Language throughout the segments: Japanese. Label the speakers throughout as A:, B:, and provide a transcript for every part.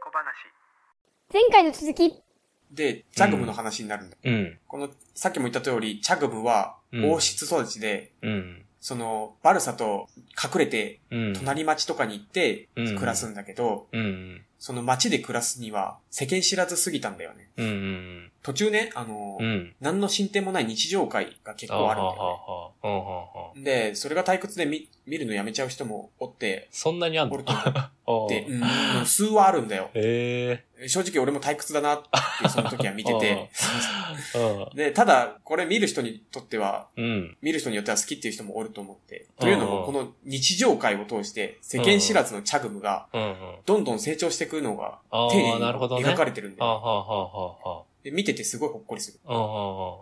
A: 小話
B: 前回の続き。
C: で、チャグムの話になるんだ。
D: うん。
C: この、さっきも言った通り、チャグムは
D: うん
C: 王室育ちで、
D: うん。
C: その、バルサと隠れて、
D: うん。
C: 隣町とかに行って、
D: うん
C: 暮らすんだけど、
D: うん。
C: その町で暮らすには、世間知らずすぎたんだよね。
D: うん。うん。
C: 途中ね、あの、
D: うん。
C: 何の進展もない日常会が結
D: あは
C: 構あるん
D: は
C: だよ、
D: はは。ははは。
C: ね。で、それが退屈で見見るのやめちゃう人もおって、
D: そんなにあん
C: お
D: の
C: ると思っ
D: あ
C: て、うん、数はあるんだよ。
D: え
C: 正直俺も退屈だなって、その時は見て て。
D: え。うん。
C: で、ただ、これ見る人にとっては、
D: うん。
C: 見る人によっては好きっていう人もおると思って。
D: うん
C: というのも、この日常会を通して、世間知らずのチャグムが、
D: うんうん。
C: どんどん成長していくのが、
D: あ
C: 丁寧
D: あ、
C: に
D: なるほどね。
C: 描かれてるんで
D: あ、はははは。
C: で見ててすごいほっこりする。
D: うんうん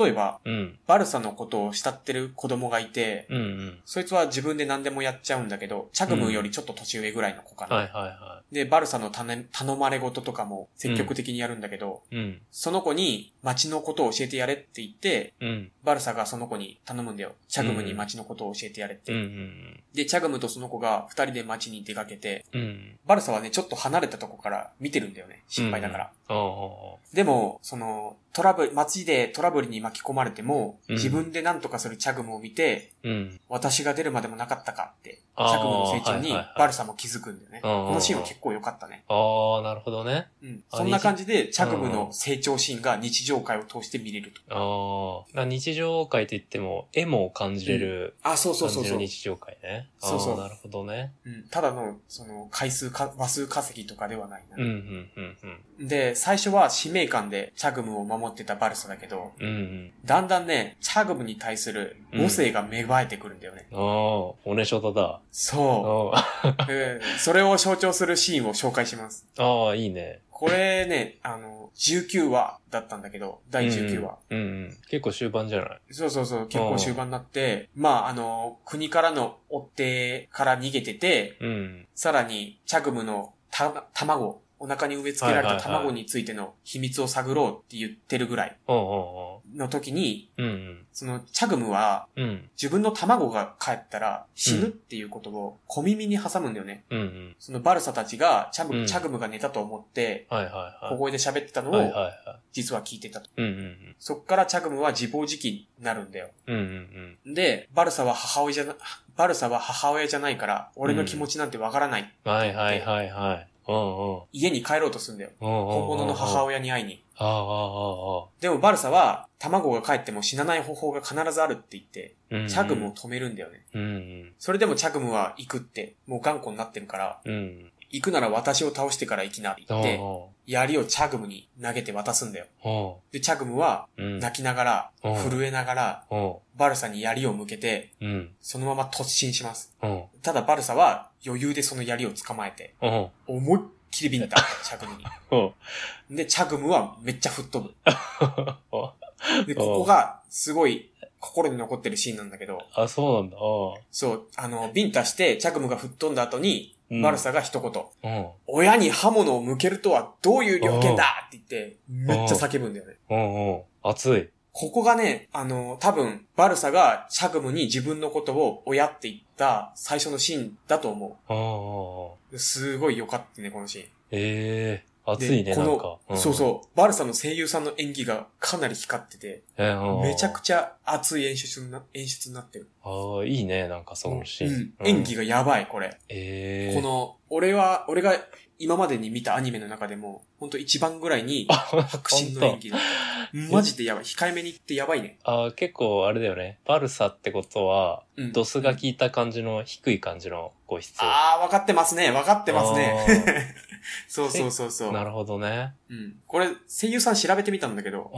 C: 例えば、
D: うんうん。
C: バルサのことを慕ってる子供がいて、
D: うんうん。
C: そいつは自分で何でもやっちゃうんだけど、チャグムよりちょっと年上ぐらいの子かな。
D: はいはいは
C: で、バルサの頼頼まれ事とかも積極的にやるんだけど、
D: い。うん。
C: その子に町のことを教えてやれって言って、
D: うん。
C: バルサがその子に頼むんだよ。チャグムに町のことを教えてやれって。
D: うんうん
C: で、チャグムとその子が二人で街に出かけて、
D: うん。うん。
C: バルサはね、ちょっと離れたとこから見てるんだよね。心配だから。
D: ああ。
C: でも、その、トラブル、街でトラブルに巻き込まれても、
D: うん
C: 自分で何とかするチャグムを見て、
D: うん。
C: 私が出るまでもなかったかって、チ
D: あー
C: ャグムの成長に
D: はいはいはい
C: バルサも気づくんだよね。
D: うんうんうん
C: このシーンは結構良かったね。
D: ああ、なるほどね。
C: うん。
D: あ
C: そんな感じで、チャグム
D: う
C: の
D: ん
C: 成長シーンが日常会を通して見れると。
D: ああ。日常会といっても、絵も感じれる
C: あ、そうそ
D: 感
C: うそう
D: じ
C: そ
D: の
C: う。
D: 日常会ね。あ
C: そうそう
D: ーなるほどね。
C: うん、ただの、その、回数か、話数稼ぎとかではないな。
D: うん、うん、うん、うん。
C: で、最初は使命感でチャグムを守ってたバルサだけど、
D: うんうん。
C: だんだんね、チャグムに対する母性が芽生えてくるんだよね。
D: ああ、おねしょだだ。あ
C: そ
D: ー
C: う、うんそれを象徴するシーンを紹介します。
D: あー、いいね。
C: これね、あの、19話だったんだけど、第19話。
D: うんうん。結構終盤じゃない
C: そうそうそう、結構終盤になって、まあ、あの、国からの追っ手から逃げてて、
D: うん。
C: さらに、チャグムのた、卵、お腹に植え付けられた卵についての秘密を探ろうって言ってるぐらい
D: おう
C: の時に、
D: おうおう。うん
C: その、チャグムは、
D: うん。うん。
C: 自分の卵が帰ったら死ぬっていうことを小耳に挟むんだよね。
D: うんうん。
C: そのバルサたちがチャグ、
D: うん
C: チャグムが寝たと思って、
D: はいはい
C: 小
D: は
C: 声で喋ってたの
D: い。はいはい
C: を
D: は
C: 実は聞いてたと。
D: い。うんうん
C: そっからチャグムは自暴自棄になるんだよ。
D: うん。うんうん
C: で、バルサは母親じゃな、バルサは母親じゃないから、俺の気持ちなんてわからない。
D: うん。はいはいはいはい。おうお
C: 家に帰ろうとするんだよ。
D: う。本
C: 本物の母
D: 親。
C: 親に会いに。
D: ああ、ああ、ああ。
C: でもバルサは、卵が帰っても死なない方法が必ずあるって言って、
D: うんうん
C: チャグムを。止めるんだよね。
D: うんうん。
C: それでもチャグムは行くって、もう頑固になってるから、
D: うん。
C: 行くなら私を倒してから行きなって
D: お
C: 言
D: う
C: って、
D: お
C: 槍をチャグムに投げて渡すんだよ。
D: う。お
C: で、チャグムは
D: う。うん。
C: 泣きなが
D: うん
C: ら、震えながら、
D: お
C: バルサに槍を向けて、
D: う。うん。
C: そのまま突進します。
D: お
C: ただバルサは余裕でその槍を捕まえて、
D: う。おう。
C: 思いっきりビ ンタ、チャグムに。
D: おう。
C: で、チャグムはめっちゃ吹っ飛
D: おう
C: ぶ。で、ここがすごい心に残ってるシーンなんだけど、
D: あ、そうなんだ。おう
C: そう、あの、ビンタしてチャグムが吹っ飛んだ後に、
D: うん
C: バルサが一言、
D: おう。
C: 親に刃物を向けるとはどういう了見だって言って、めっちゃ叫ぶんだよね。
D: おうおう。熱い。
C: ここがね、あの、多分、バルサがチャグムに自分のことを親って言った最初のシーンだと思
D: おうおうおう。
C: う。すごい良かったね、このシ
D: ええ
C: ーン。で
D: 熱いね、
C: こ
D: なん
C: の
D: か。、ん
C: そうそう、バルサの声優さんの演技がかなり光ってて、
D: えー
C: めちゃくちゃ熱い演出にな演出になってる。
D: ああ、いいね、なんかそのシーン。
C: うん演技
D: が。
C: がやばい、これ。
D: ええ
C: この、俺は、俺が今までに見たアニメの中でも、ほんと一番ぐらいに、迫真の演技だった。マジでやばい。控えめに言ってやばいね。
D: ああ、結構あれだよね。バルサってことは、
C: うん。
D: ドスが効いた感じの低い感じの語質。
C: ああ、分かってますね。分かってますね。
D: ね。
C: そうそうそう そう。
D: なるほどね。
C: うん。これ、声優さん調べてみたんだけど、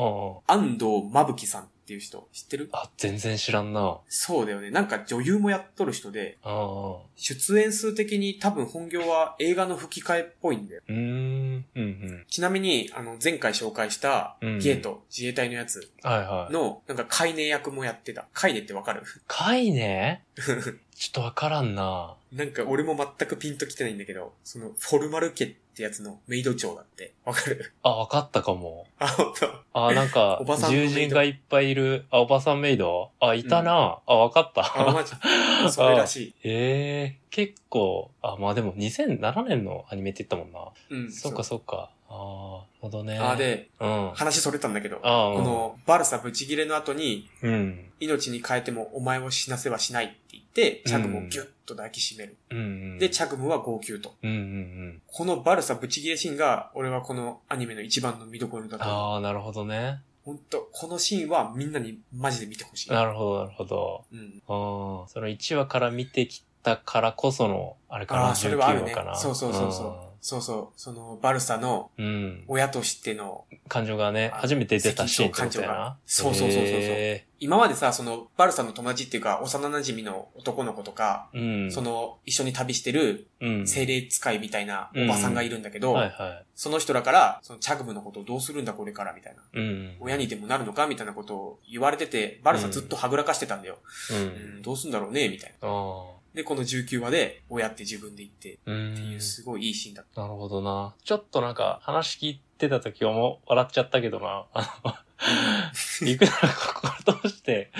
D: うんうん。
C: 安藤まぶきさんっていう人、知ってる
D: あ、全然知らんな。
C: そうだよね。なんか女優もやっとる人で、
D: うんうん。う
C: 出演数的に多分本業は映画の吹き替えっぽいんだよ。
D: ーん。うんうん。
C: ちなみに、あの、前回紹介した、
D: うん
C: ゲート、自衛隊のやつ
D: はいはい。
C: の、なんか、カイネ役もやってた。カイネってわかる
D: かいねちょっとわからんな。
C: なんか、俺も全くピンときてないんだけど、その、フォルマル家ってってやつのメイド長だって。わかる
D: あ、わかったかも。
C: あ、本当。
D: あ、なんか
C: おばさ、んのメイ
D: 獣
C: ド
D: 人がいっぱいいる。あ、おばさんメイドあ、いたな。あ、わかっ
C: あ、
D: た。
C: マジ。それらし
D: ええ結構、あ、まあでも2007年のアニメって言ったもんな。
C: い。うん。
D: そっかそっか。ああ、なるほどね。
C: あ、、で、
D: うん。
C: 話それたんだけど、こ
D: あうん
C: のバルサブチギレの後に、
D: うん。
C: 命に変えてもお前を死なせはしないって言って、チャグムをギュッと抱きしめる。
D: うんうん。
C: で、チャグムは号泣と。
D: うんうんうん。
C: このバルサブチギレシーンが、俺はこのアニメの一番の見どころだと。
D: ああ、なるほどね。
C: 本当このシーンはみんなにマジで見てほしい。
D: なるほど、なるほど。
C: うん。
D: ああ、その1話から見てきたからこその、あれか
C: あ
D: な、
C: あ、それ
D: 19
C: はある
D: 話
C: ね
D: かな。。
C: そうそうそうそう。そうそう。その、バルサの
D: うん。うん。
C: 親としての、
D: 感情がね、
C: あ
D: 初めて出たシーンってこと
C: 感情
D: や
C: が
D: な。
C: そうそうそうそうそう
D: へ
C: 今までさ、その、バルサの友達っていうか、幼馴染の男の子とか、
D: ーうん。
C: その、一緒に旅してる
D: うん。
C: 精霊使いみたいなおばさんがいるんだけど、
D: はいは
C: その人らから、その、チャグムのことをどうするんだこれからみたいな。
D: い。うん。
C: 親にでもなるのかみたいなことを言われてて、バルサずっとはぐらかしてたんだよ。
D: う
C: うん
D: ん。
C: どうすんだろうねみたいな。
D: あ
C: で、この19話で、親って自分で言って、っ
D: あ。うん。
C: ていうすごいいいシーンだっ
D: なるほどな。ちょっとなんか、話聞いてた時はもう笑っちゃったけどな。あの行くならここを通して、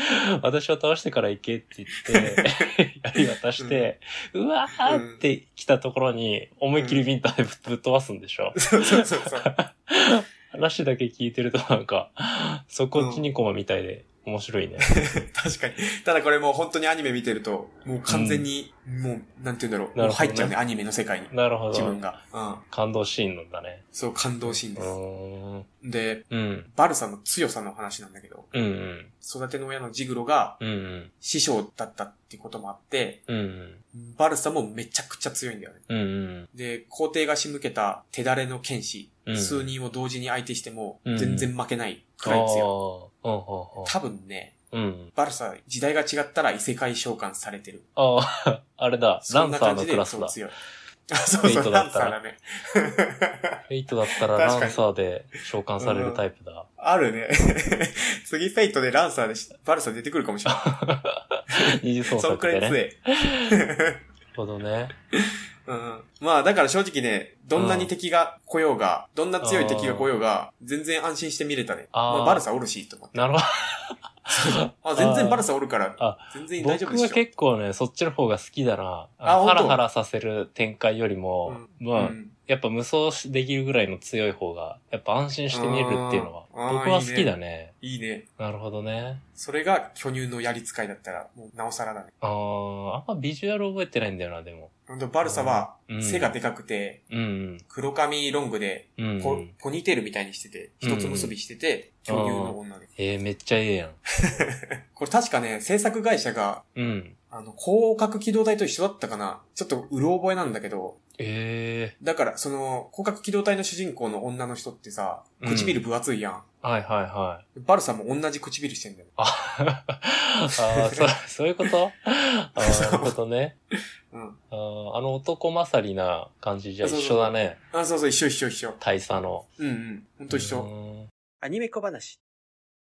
D: 私を倒してから行けって 言って、槍渡して、うわーって来たところに、思いっきりビンタでぶっぶっ飛ばすんでしょ。
C: た。 そうそう そうそう。
D: 話だけ聞いてるとな んか、そこチニコマみたいで面白いね。
C: 確かに。ただこれもう本当にアニメ見てると、もう完全に、もう、なんて言うんだろう。
D: な
C: もう
D: るほどね
C: 入っちゃうね、アニメの世界に。
D: なるほ
C: 自分
D: ど。
C: が。うん。
D: 感動シーンなんだね。
C: そう、感動シーン
D: う
C: です。
D: ーん。
C: で、
D: うん。
C: バルサの強さの話なんだけど、
D: うんうん。
C: 育ての親のジグロが
D: うんうん。
C: 師匠だったってこともあって、
D: うんうん。
C: バルサもめちゃくちゃ強いんだよね。
D: うんうん。
C: で、皇帝が仕向けた手だれの剣士、
D: うん
C: 数人を同時に相手しても、
D: うん
C: 全然負けないく
D: ああ
C: らい強い。
D: ー。うんうんうん
C: 多分ね、
D: うん。
C: バルサ、時代が違ったら異世界召喚されてる。
D: ああ、 あれだ。ラ
C: そん
D: ン
C: な
D: サー
C: 感
D: の
C: じ
D: ク
C: で、
D: ラス
C: そう
D: だ。
C: 強い。あ、そう
D: フェイ
C: そう、
D: ト
C: ラ
D: だ
C: ン
D: っ
C: サ
D: た
C: ー
D: ら
C: だね。
D: フェイトだった
C: 確
D: ら
C: かに
D: ランサーで召喚されるタイプだ。
C: あるね。 次、フェイトでランサーでし、バルサ出てくるかもしれ ない。
D: 二次創
C: そのく
D: 作
C: ら
D: で
C: い
D: ね。
C: 強
D: ないる。ほどね。
C: うんまあ、だから正直ね、どんなに敵が来ようが、どんな強い敵が来ようが、全然安心して見れたね。
D: あー
C: まあ、バルサおるし、と思って。
D: なるほど。
C: あ、全然バルサおるから
D: あ、
C: 全然 大丈夫
D: 僕
C: でし
D: は
C: ょ。
D: 結構ね、そっちの方が好きだな。
C: あ
D: あ
C: 本
D: ハ
C: 当
D: ラハラさせる展開よりも、まあ、
C: うん
D: やっぱ無双できるぐらいの強い方が、やっぱ安心して見えるっていうのは、
C: あー
D: 僕は好きだね。
C: いいね。
D: なるほどね。
C: それが巨乳のやり使いだったら、もうなおさらだね。
D: あーあんまビジュアル覚えてないんだよな、でも。
C: ほんとバルサは
D: うん、
C: 背がでかくて、
D: うん
C: 黒髪ロングで、
D: うん。うんう
C: ポ
D: ん。
C: ポニーテールみたいにしてて、一つ結びしてて、
D: うん
C: 巨乳の女で。
D: えー、めっちゃええやん。
C: これ確かね、制作会社が、
D: うん。
C: あの、広角機動隊と一緒だったかなちょっとうろ覚えなんだけど、
D: え
C: だから、その、広角機動隊の主人公の女の人ってさ、唇分厚いやん。
D: えはいはいはい。
C: バルサも同じ唇してんだよ。
D: ああー、そ、そういうことああ、なるほどね。
C: うん。
D: あーあの男勝りな感じじゃ
C: そう
D: 一
C: そう
D: 緒だね。
C: あ、そうそう、一緒一緒一緒。
D: 大佐の。
C: うんうん。ほんと一緒。
D: 緒。
C: アニメ小話。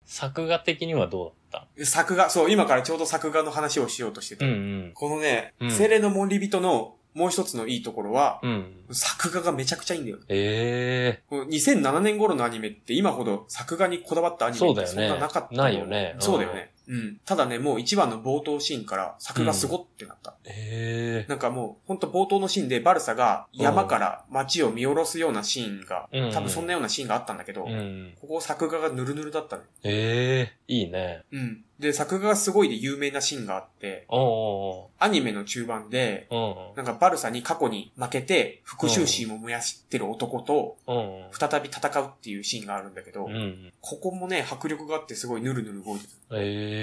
D: 作画的にはどうだっ
C: 作画、そう、今からちょうど作画の話をしようとして
D: た
C: た。
D: うんうん。
C: このね、
D: うん
C: 精霊の門理人のもう一つのいいところは、
D: うん。
C: 作画がめちゃくちゃいいんだよ。
D: え
C: この2007年頃のアニメって今ほど作画にこだわったアニメってそ
D: そうんだよね
C: ななかった。
D: ないよねうん
C: そうだよね。うん。ただね、もう一番の冒頭シーンから作画すごってなった。
D: ええ
C: なんかもう、ほんと冒頭のシーンでバルサが山から街を見下ろすようなシーンが、
D: うん
C: 多分そんなようなシーンがあったんだけど、
D: えうん。
C: ここ作画がヌルヌルだったね。
D: ええいいね。
C: うん。で、作画がすごいで有名なシーンがあって、
D: おう
C: アニメの中盤で、
D: おうおう
C: なんかバルサに過去に負けて復讐心を燃やしてる男と
D: うん。うんうん。
C: 再び戦うっていうシーンがあるんだけど、
D: うん。
C: ここもね、迫力があってすごいヌルヌル動いてる。
D: ええ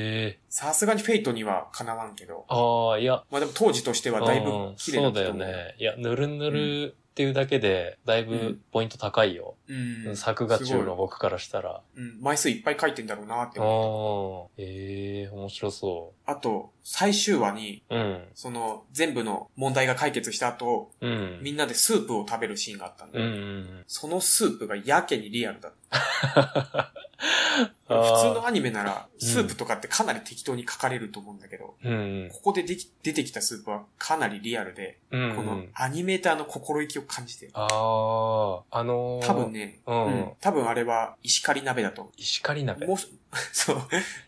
C: さすがにフェイトにはかなわんけど、
D: ああ、いや。
C: まあでも当時としてはだいぶ
D: うん
C: 綺麗な
D: そう
C: 人
D: だよ。ね。いや、ぬるぬるっていうだけで、だいうぶ
C: ん
D: ポイント高いよ。
C: うん。
D: 作画中の
C: すごい
D: 僕からしたら。
C: うん。枚数いっぱい書いてんだろうなって
D: ああ
C: 思う。
D: ー、ええ面白そ
C: あと、最終話に、
D: う。うん。
C: その、全部の問題が解決した後、
D: うん。
C: みんなでスープを食べるシーンがあったんだ
D: うん
C: よ
D: うんうん。
C: そのスープがやけにリアルだった。普
D: あー
C: 通のアニメなら、スープとかってかなり適当に書かれると思うんだけど、
D: うん。
C: ここででき出てきたスープはかなりリアルで、
D: うん。
C: このアニメーターの心意気を感じてる。
D: ああ、あのー、
C: 多分ね、
D: う。
C: うんん、多分あれは石狩鍋だと思う。
D: 石狩鍋。
C: もし、そう、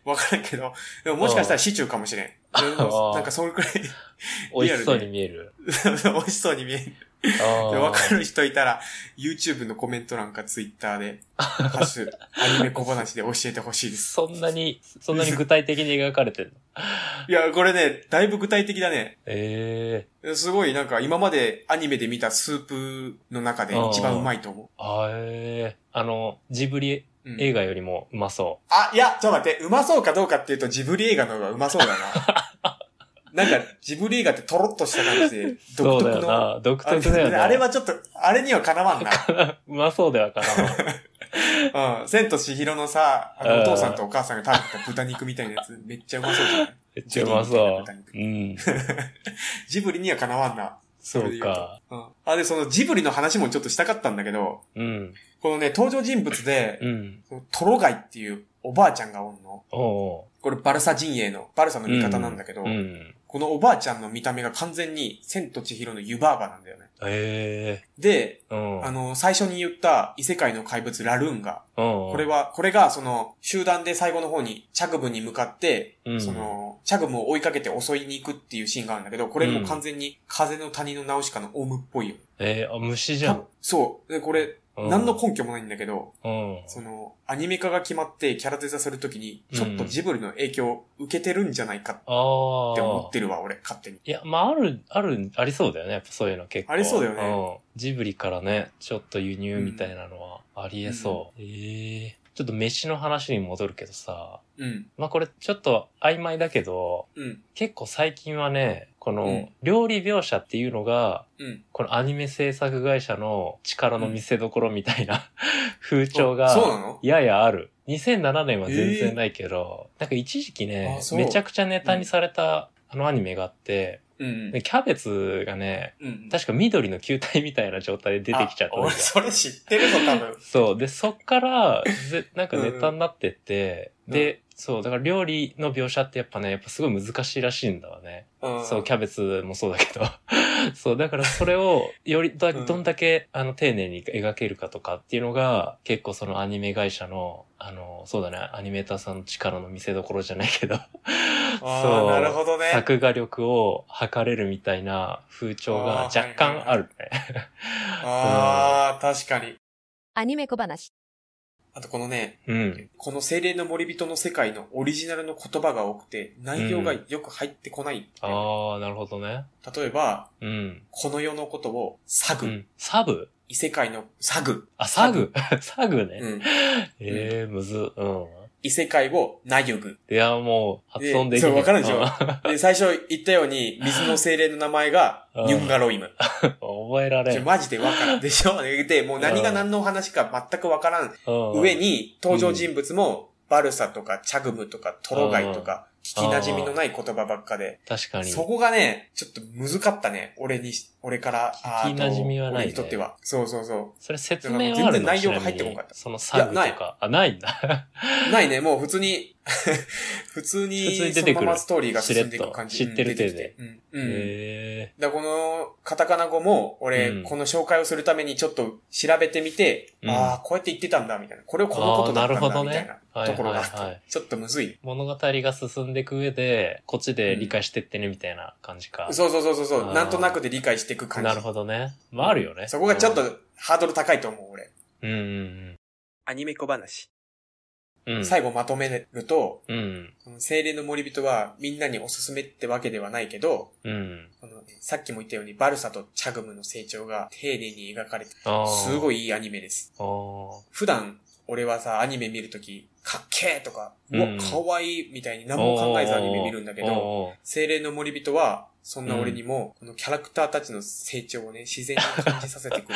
C: わからんけど、でももしかしたらシチューかもしれん。でもなんかそれくらい
D: 美味しそうに見える。
C: 美味しそうに見える。
D: あ
C: で
D: あ。
C: わかる人いたら、YouTube のコメント欄か Twitter で、ハッシュ、アニメ小話で教えてほしいです。
D: そんなに、そんなに具体的に描か れてるの。
C: いや、これね、だいぶ具体的だね。
D: ええ
C: すごいなんか今までアニメで見たスープの中で一番うまいと思
D: あええあの、ジブリ
C: う。うん
D: 映画よりもうまそ
C: あ、いや、ちょっと待って、うまそうかどうかっていうとジブリ映画の方がうまそうだ な。なんか、ジブリ映画ってトロッとした感じで、
D: う。
C: 独
D: そう
C: 特
D: だよ
C: の。
D: な。独
C: あ
D: 特だよな。
C: あれはちょっと、あれにはかなわんな。
D: うまそうで はかな。
C: うん。千と千尋のさ、あ
D: うん
C: の、お父さんとお母さんが食べてた豚肉みたいなやつ、めっちゃうまそうじゃない
D: めっちゃうまそう
C: ジブリみたいな豚。肉
D: うん。
C: ジブリにはかなわんな。
D: そうか。
C: うん。あ、で、そのジブリの話もちょっとしたかったんだけど、
D: うん。
C: このね、登場人物で、
D: うん。
C: そのトロガイっていうおばあちゃんがおんの。
D: お
C: これバルサ陣営の、バルサの味方なんだけど、
D: う。うん。
C: このおばあちゃんの見た目が完全に、千と千尋の湯婆婆なんだよね。
D: え
C: で、
D: えうん。
C: あの、最初に言った異世界の怪物ラルーンが、
D: こ
C: これ、は、これがその、集団で最後の方に、チャグムに向かって、
D: うん
C: そ、の、チャグムを追いかけて襲いに行くっていうシーンがあるんだけど、これも完全に風の谷のナウシカのオウムっぽいよ。
D: ええあ、虫じゃん。
C: そう。で、これ、
D: うん
C: 何の根拠もないんだけど、
D: うん。
C: その、アニメ化が決まってキャラデザするときに、ちょっとジブリの影響を受けてるんじゃないかっ
D: ああ。
C: て思ってるわ、俺、勝手に。
D: いや、まあ、ある、ある、ありそうだよね。やっぱそういうの結構。
C: ありそうだよね
D: うん。ジブリからね、ちょっと輸入みたいなのはありえそう。ええちょっと飯の話に戻るけどさ、
C: うん。
D: まあこれちょっと曖昧だけど、
C: うん。
D: 結構最近はね、こ
C: う
D: の
C: ん
D: 料理描写っていうのが、
C: うん。
D: このアニメ制作会社の力の見せ所みたいな風潮
C: あそう
D: が、
C: なの
D: ややある。2007年は全然ないけど、なんか一時期ね
C: あ、そう
D: めちゃくちゃネタにされた、あのアニメがあって、
C: うんうん。
D: でキャベツがね、
C: うん
D: 確か緑の球体みたいな状態で出てきちゃった
C: あ
D: んだ
C: 俺、
D: よ
C: それ知ってるぞ、多分。
D: そう。で、そっから、ぜなんかネタになってって、
C: うん
D: で、そう、だから料理の描写ってやっぱね、やっぱすごい難しいらしいんだわね。
C: うん
D: そう、キャベツもそうだけど。 そう、だからそれを、よりど、
C: うん
D: どんだけ、あの、丁寧に描けるかとかっていうのが、結構そのアニメ会社の、あの、そうだね、アニメーターさんの力の見せ所じゃないけど、
C: あーなるほどね
D: 作画力を測れるみたいな風潮が
C: あー
D: 若干あるね。
C: ああ、確かに。
A: アニメ小話。
C: あとこのね、
D: うん。
C: この精霊の森人の世界のオリジナルの言葉が多くて、内容がよく入ってこないっていう。
D: ああ、なるほどね。
C: 例えば、
D: うん。
C: この世のことを、サ
D: う
C: グ、
D: ん。サブ
C: 異世界のサグ、
D: あ、サグ サグね。
C: うん、
D: ええー、むず。うん。
C: 異世界をナユグ。
D: いや、もう、発音でき
C: そうわかるでしょ
D: ょ
C: で、最初言ったように、水の精霊の名前が、ニュンガロイム。
D: 覚えられ
C: ちょ
D: ん。
C: マジでわからん。でしょで、もう何が何の話か全くわからん。
D: うん
C: 上、に登場人物も、バルサとかチャグムとかトロガイとか、聞き馴染みのない言葉ばっかで、
D: 確かに。
C: そこがね、ちょっと難かったね。俺にし、俺から、あー
D: 聞き馴染みはないね
C: 俺にとっては。そうそうそ
D: それ説明はあるの
C: 全然内容が入ってこなかった
D: ちみにそのサグ
C: い
D: と
C: や
D: か。あ、ないんだ。
C: う。ないね、もう普通に、 普通
D: 普通に
C: に、
D: 出
C: そ
D: て
C: の
D: くる
C: ままストーリーが進んでいく感じ。
D: しれっと知って
C: う
D: る
C: ん出きうん。うん
D: え
C: だからこのカタカナ語も、俺、
D: うん
C: この紹介をするためにちょっと調べてみて、
D: うん
C: ああ、こうやって言ってたんだ、みたいな。これを
D: え
C: このことだ
D: あ
C: っ
D: ーな
C: た
D: るほ
C: んだ、
D: ど
C: みたい
D: ね
C: な。。
D: は
C: と
D: い
C: ころ
D: はい
C: が
D: はい。
C: ちょっとむずい。
D: 物語が進んでいく上で、こっちで理解してってね、みたいな感じか。
C: そうそうそうそう
D: あ
C: そ
D: ー
C: う、なんとなくで理解していく感じ。
D: なるほどね。まあ、あるよね。
C: そこがちょっとハードル高いと思う、俺。
D: うん。うん
C: アニメ小話。
D: うん。うん。
C: 最後まとめると、
D: うん。
C: その精霊の森人はみんなにおすすめってわけではないけど、
D: うん。
C: このさっきも言ったようにバルサとチャグムの成長が丁寧に描かれて、
D: ああ。
C: すご
D: い。
C: いいいアニメです。
D: ああ。
C: 普段、俺はさ、アニメ見るとき、かっけーとか、う
D: う
C: わ
D: ん、
C: かわいいみたいに何も考えずアニメ見るんだけど、
D: おー
C: 精霊の森人は、そんな俺にも、このキャラクターたちの成長をね、自然に感じさせて くれて、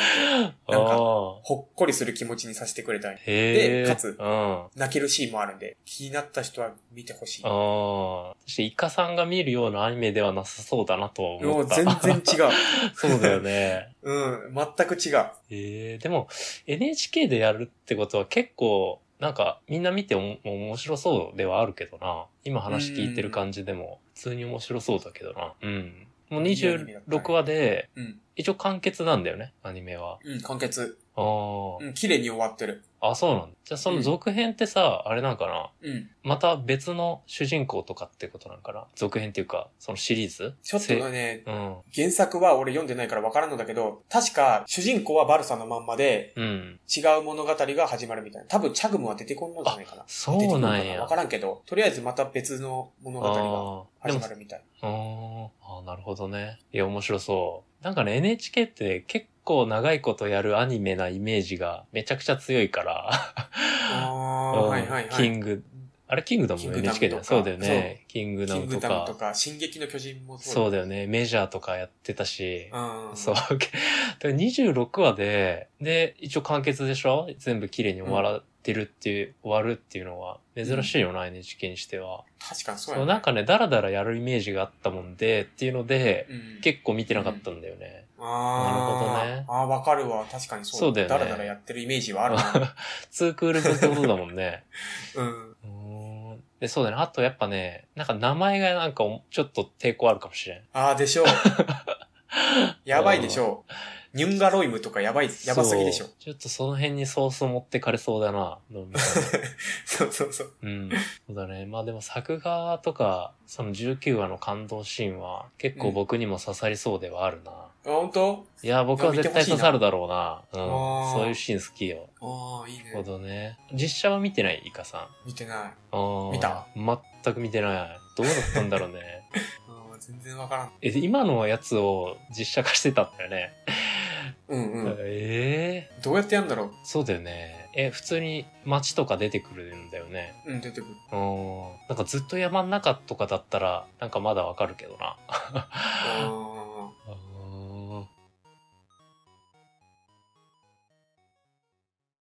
D: おー
C: なんか
D: おー
C: ほっこりする気持ちにさせてくれたり、
D: へえ。
C: でかつ
D: うん。あ
C: 泣けるシーンもあるんで、気になった人は見てほしい。
D: あ。そして、イカさんが見るようなアニメではなさそうだなとは
C: も
D: 思
C: う
D: った。
C: 全然違う。
D: そうだよね。
C: うん、全く違う。
D: ええでも、NHK でやるってことは結構、なんか、みんな見ておも面白そうではあるけどな。今話聞いてる感じでも、普通に面白そうだけどな。うん。もう
C: いいアニメだったね
D: 26話で、
C: うん。
D: 一応完結なんだよね、アニメは。
C: うん、完結。
D: あー
C: うん、綺麗に終わってる。
D: あ、そうなんだ。じゃあその続編ってさ、あれなんかな
C: うん。
D: また別の主人公とかってことなんかな続編っていうか、そのシリーズ
C: ちょっと
D: せ
C: ね、
D: うん。
C: 原作は俺読んでないからわからんのだけど、確か主人公はバルサのまんまで、
D: うん。
C: 違う物語が始まるみたいな。多分、チャグムは出てこんのじゃないかな。出て
D: そ
C: こ
D: うん
C: の
D: な
C: か
D: んや。
C: わからんけど、とりあえずまた別の物語が
D: あーで
C: 始
D: も
C: まるみたい。
D: あーあー、なるほどね。いや、面白そう。なんかね、NHK って結構長いことやるアニメなイメージがめちゃくちゃ強いから。
C: あ
D: う
C: あ
D: ん
C: ー、はいはいは
D: キ
C: い。
D: ング、あれキングダム
C: キン
D: も
C: グダム
D: NHK だよ。
C: とか
D: そうだよね。キングダ
C: キン
D: ム
C: グ
D: と
C: ダムと
D: か。
C: か、進撃の巨人も
D: そう
C: だ
D: だよね。メジャーとかやってたし。
C: よ。うん。
D: そう。 で26話で、で、一応完結でしょ全部綺麗に終わらってるっていう、終わるっていうのは珍しいよな、NHK にしては。
C: 確かにそうや
D: そう、なんかね、ダラダラやるイメージがあったもんで、っていうので、
C: うん
D: 結構見てなかったんだよね。
C: あ
D: な
C: あ、
D: るほどね
C: ああ、わかるわ。確かにそう。
D: そうだよね
C: だらだらやってるイメージはある な。
D: ツークール分ってことだもん ね。
C: うん。
D: うーんで、そうだね。あとやっぱね、なんか名前がなんかおちょっと抵抗あるかもしれん。
C: ああ、でし ょう。やばいでしょう。ニュンガロイムとかやばい、やばすぎでしょ
D: そう。ちょっとその辺にソース持ってかれそうだな。飲み会で
C: そうそうそう。
D: うん。そうだね。まあでも作画とか、その19話の感動シーンは結構僕にも刺さりそうではあるな。
C: あ、本当
D: いや、僕は絶対刺さるだろうな。うん。
C: あー
D: そういうシーン好きよ。
C: ああ、いい
D: なるほ
C: ね。
D: どね。実写は見てないイカさん。
C: 見てない。
D: あー
C: 見た
D: 全く見てない。どうだったんだろうね。
C: あー全然わからん。
D: え、で今のやつを実写化してたんだよね。
C: うんうん。
D: ええ
C: どうやってやんだろう
D: そうだよね。え、普通に街とか出てくるんだよね。
C: うん、出てく る。
D: うん。なんかずっと山の中とかだったら、なんかまだわかるけどな。
C: あ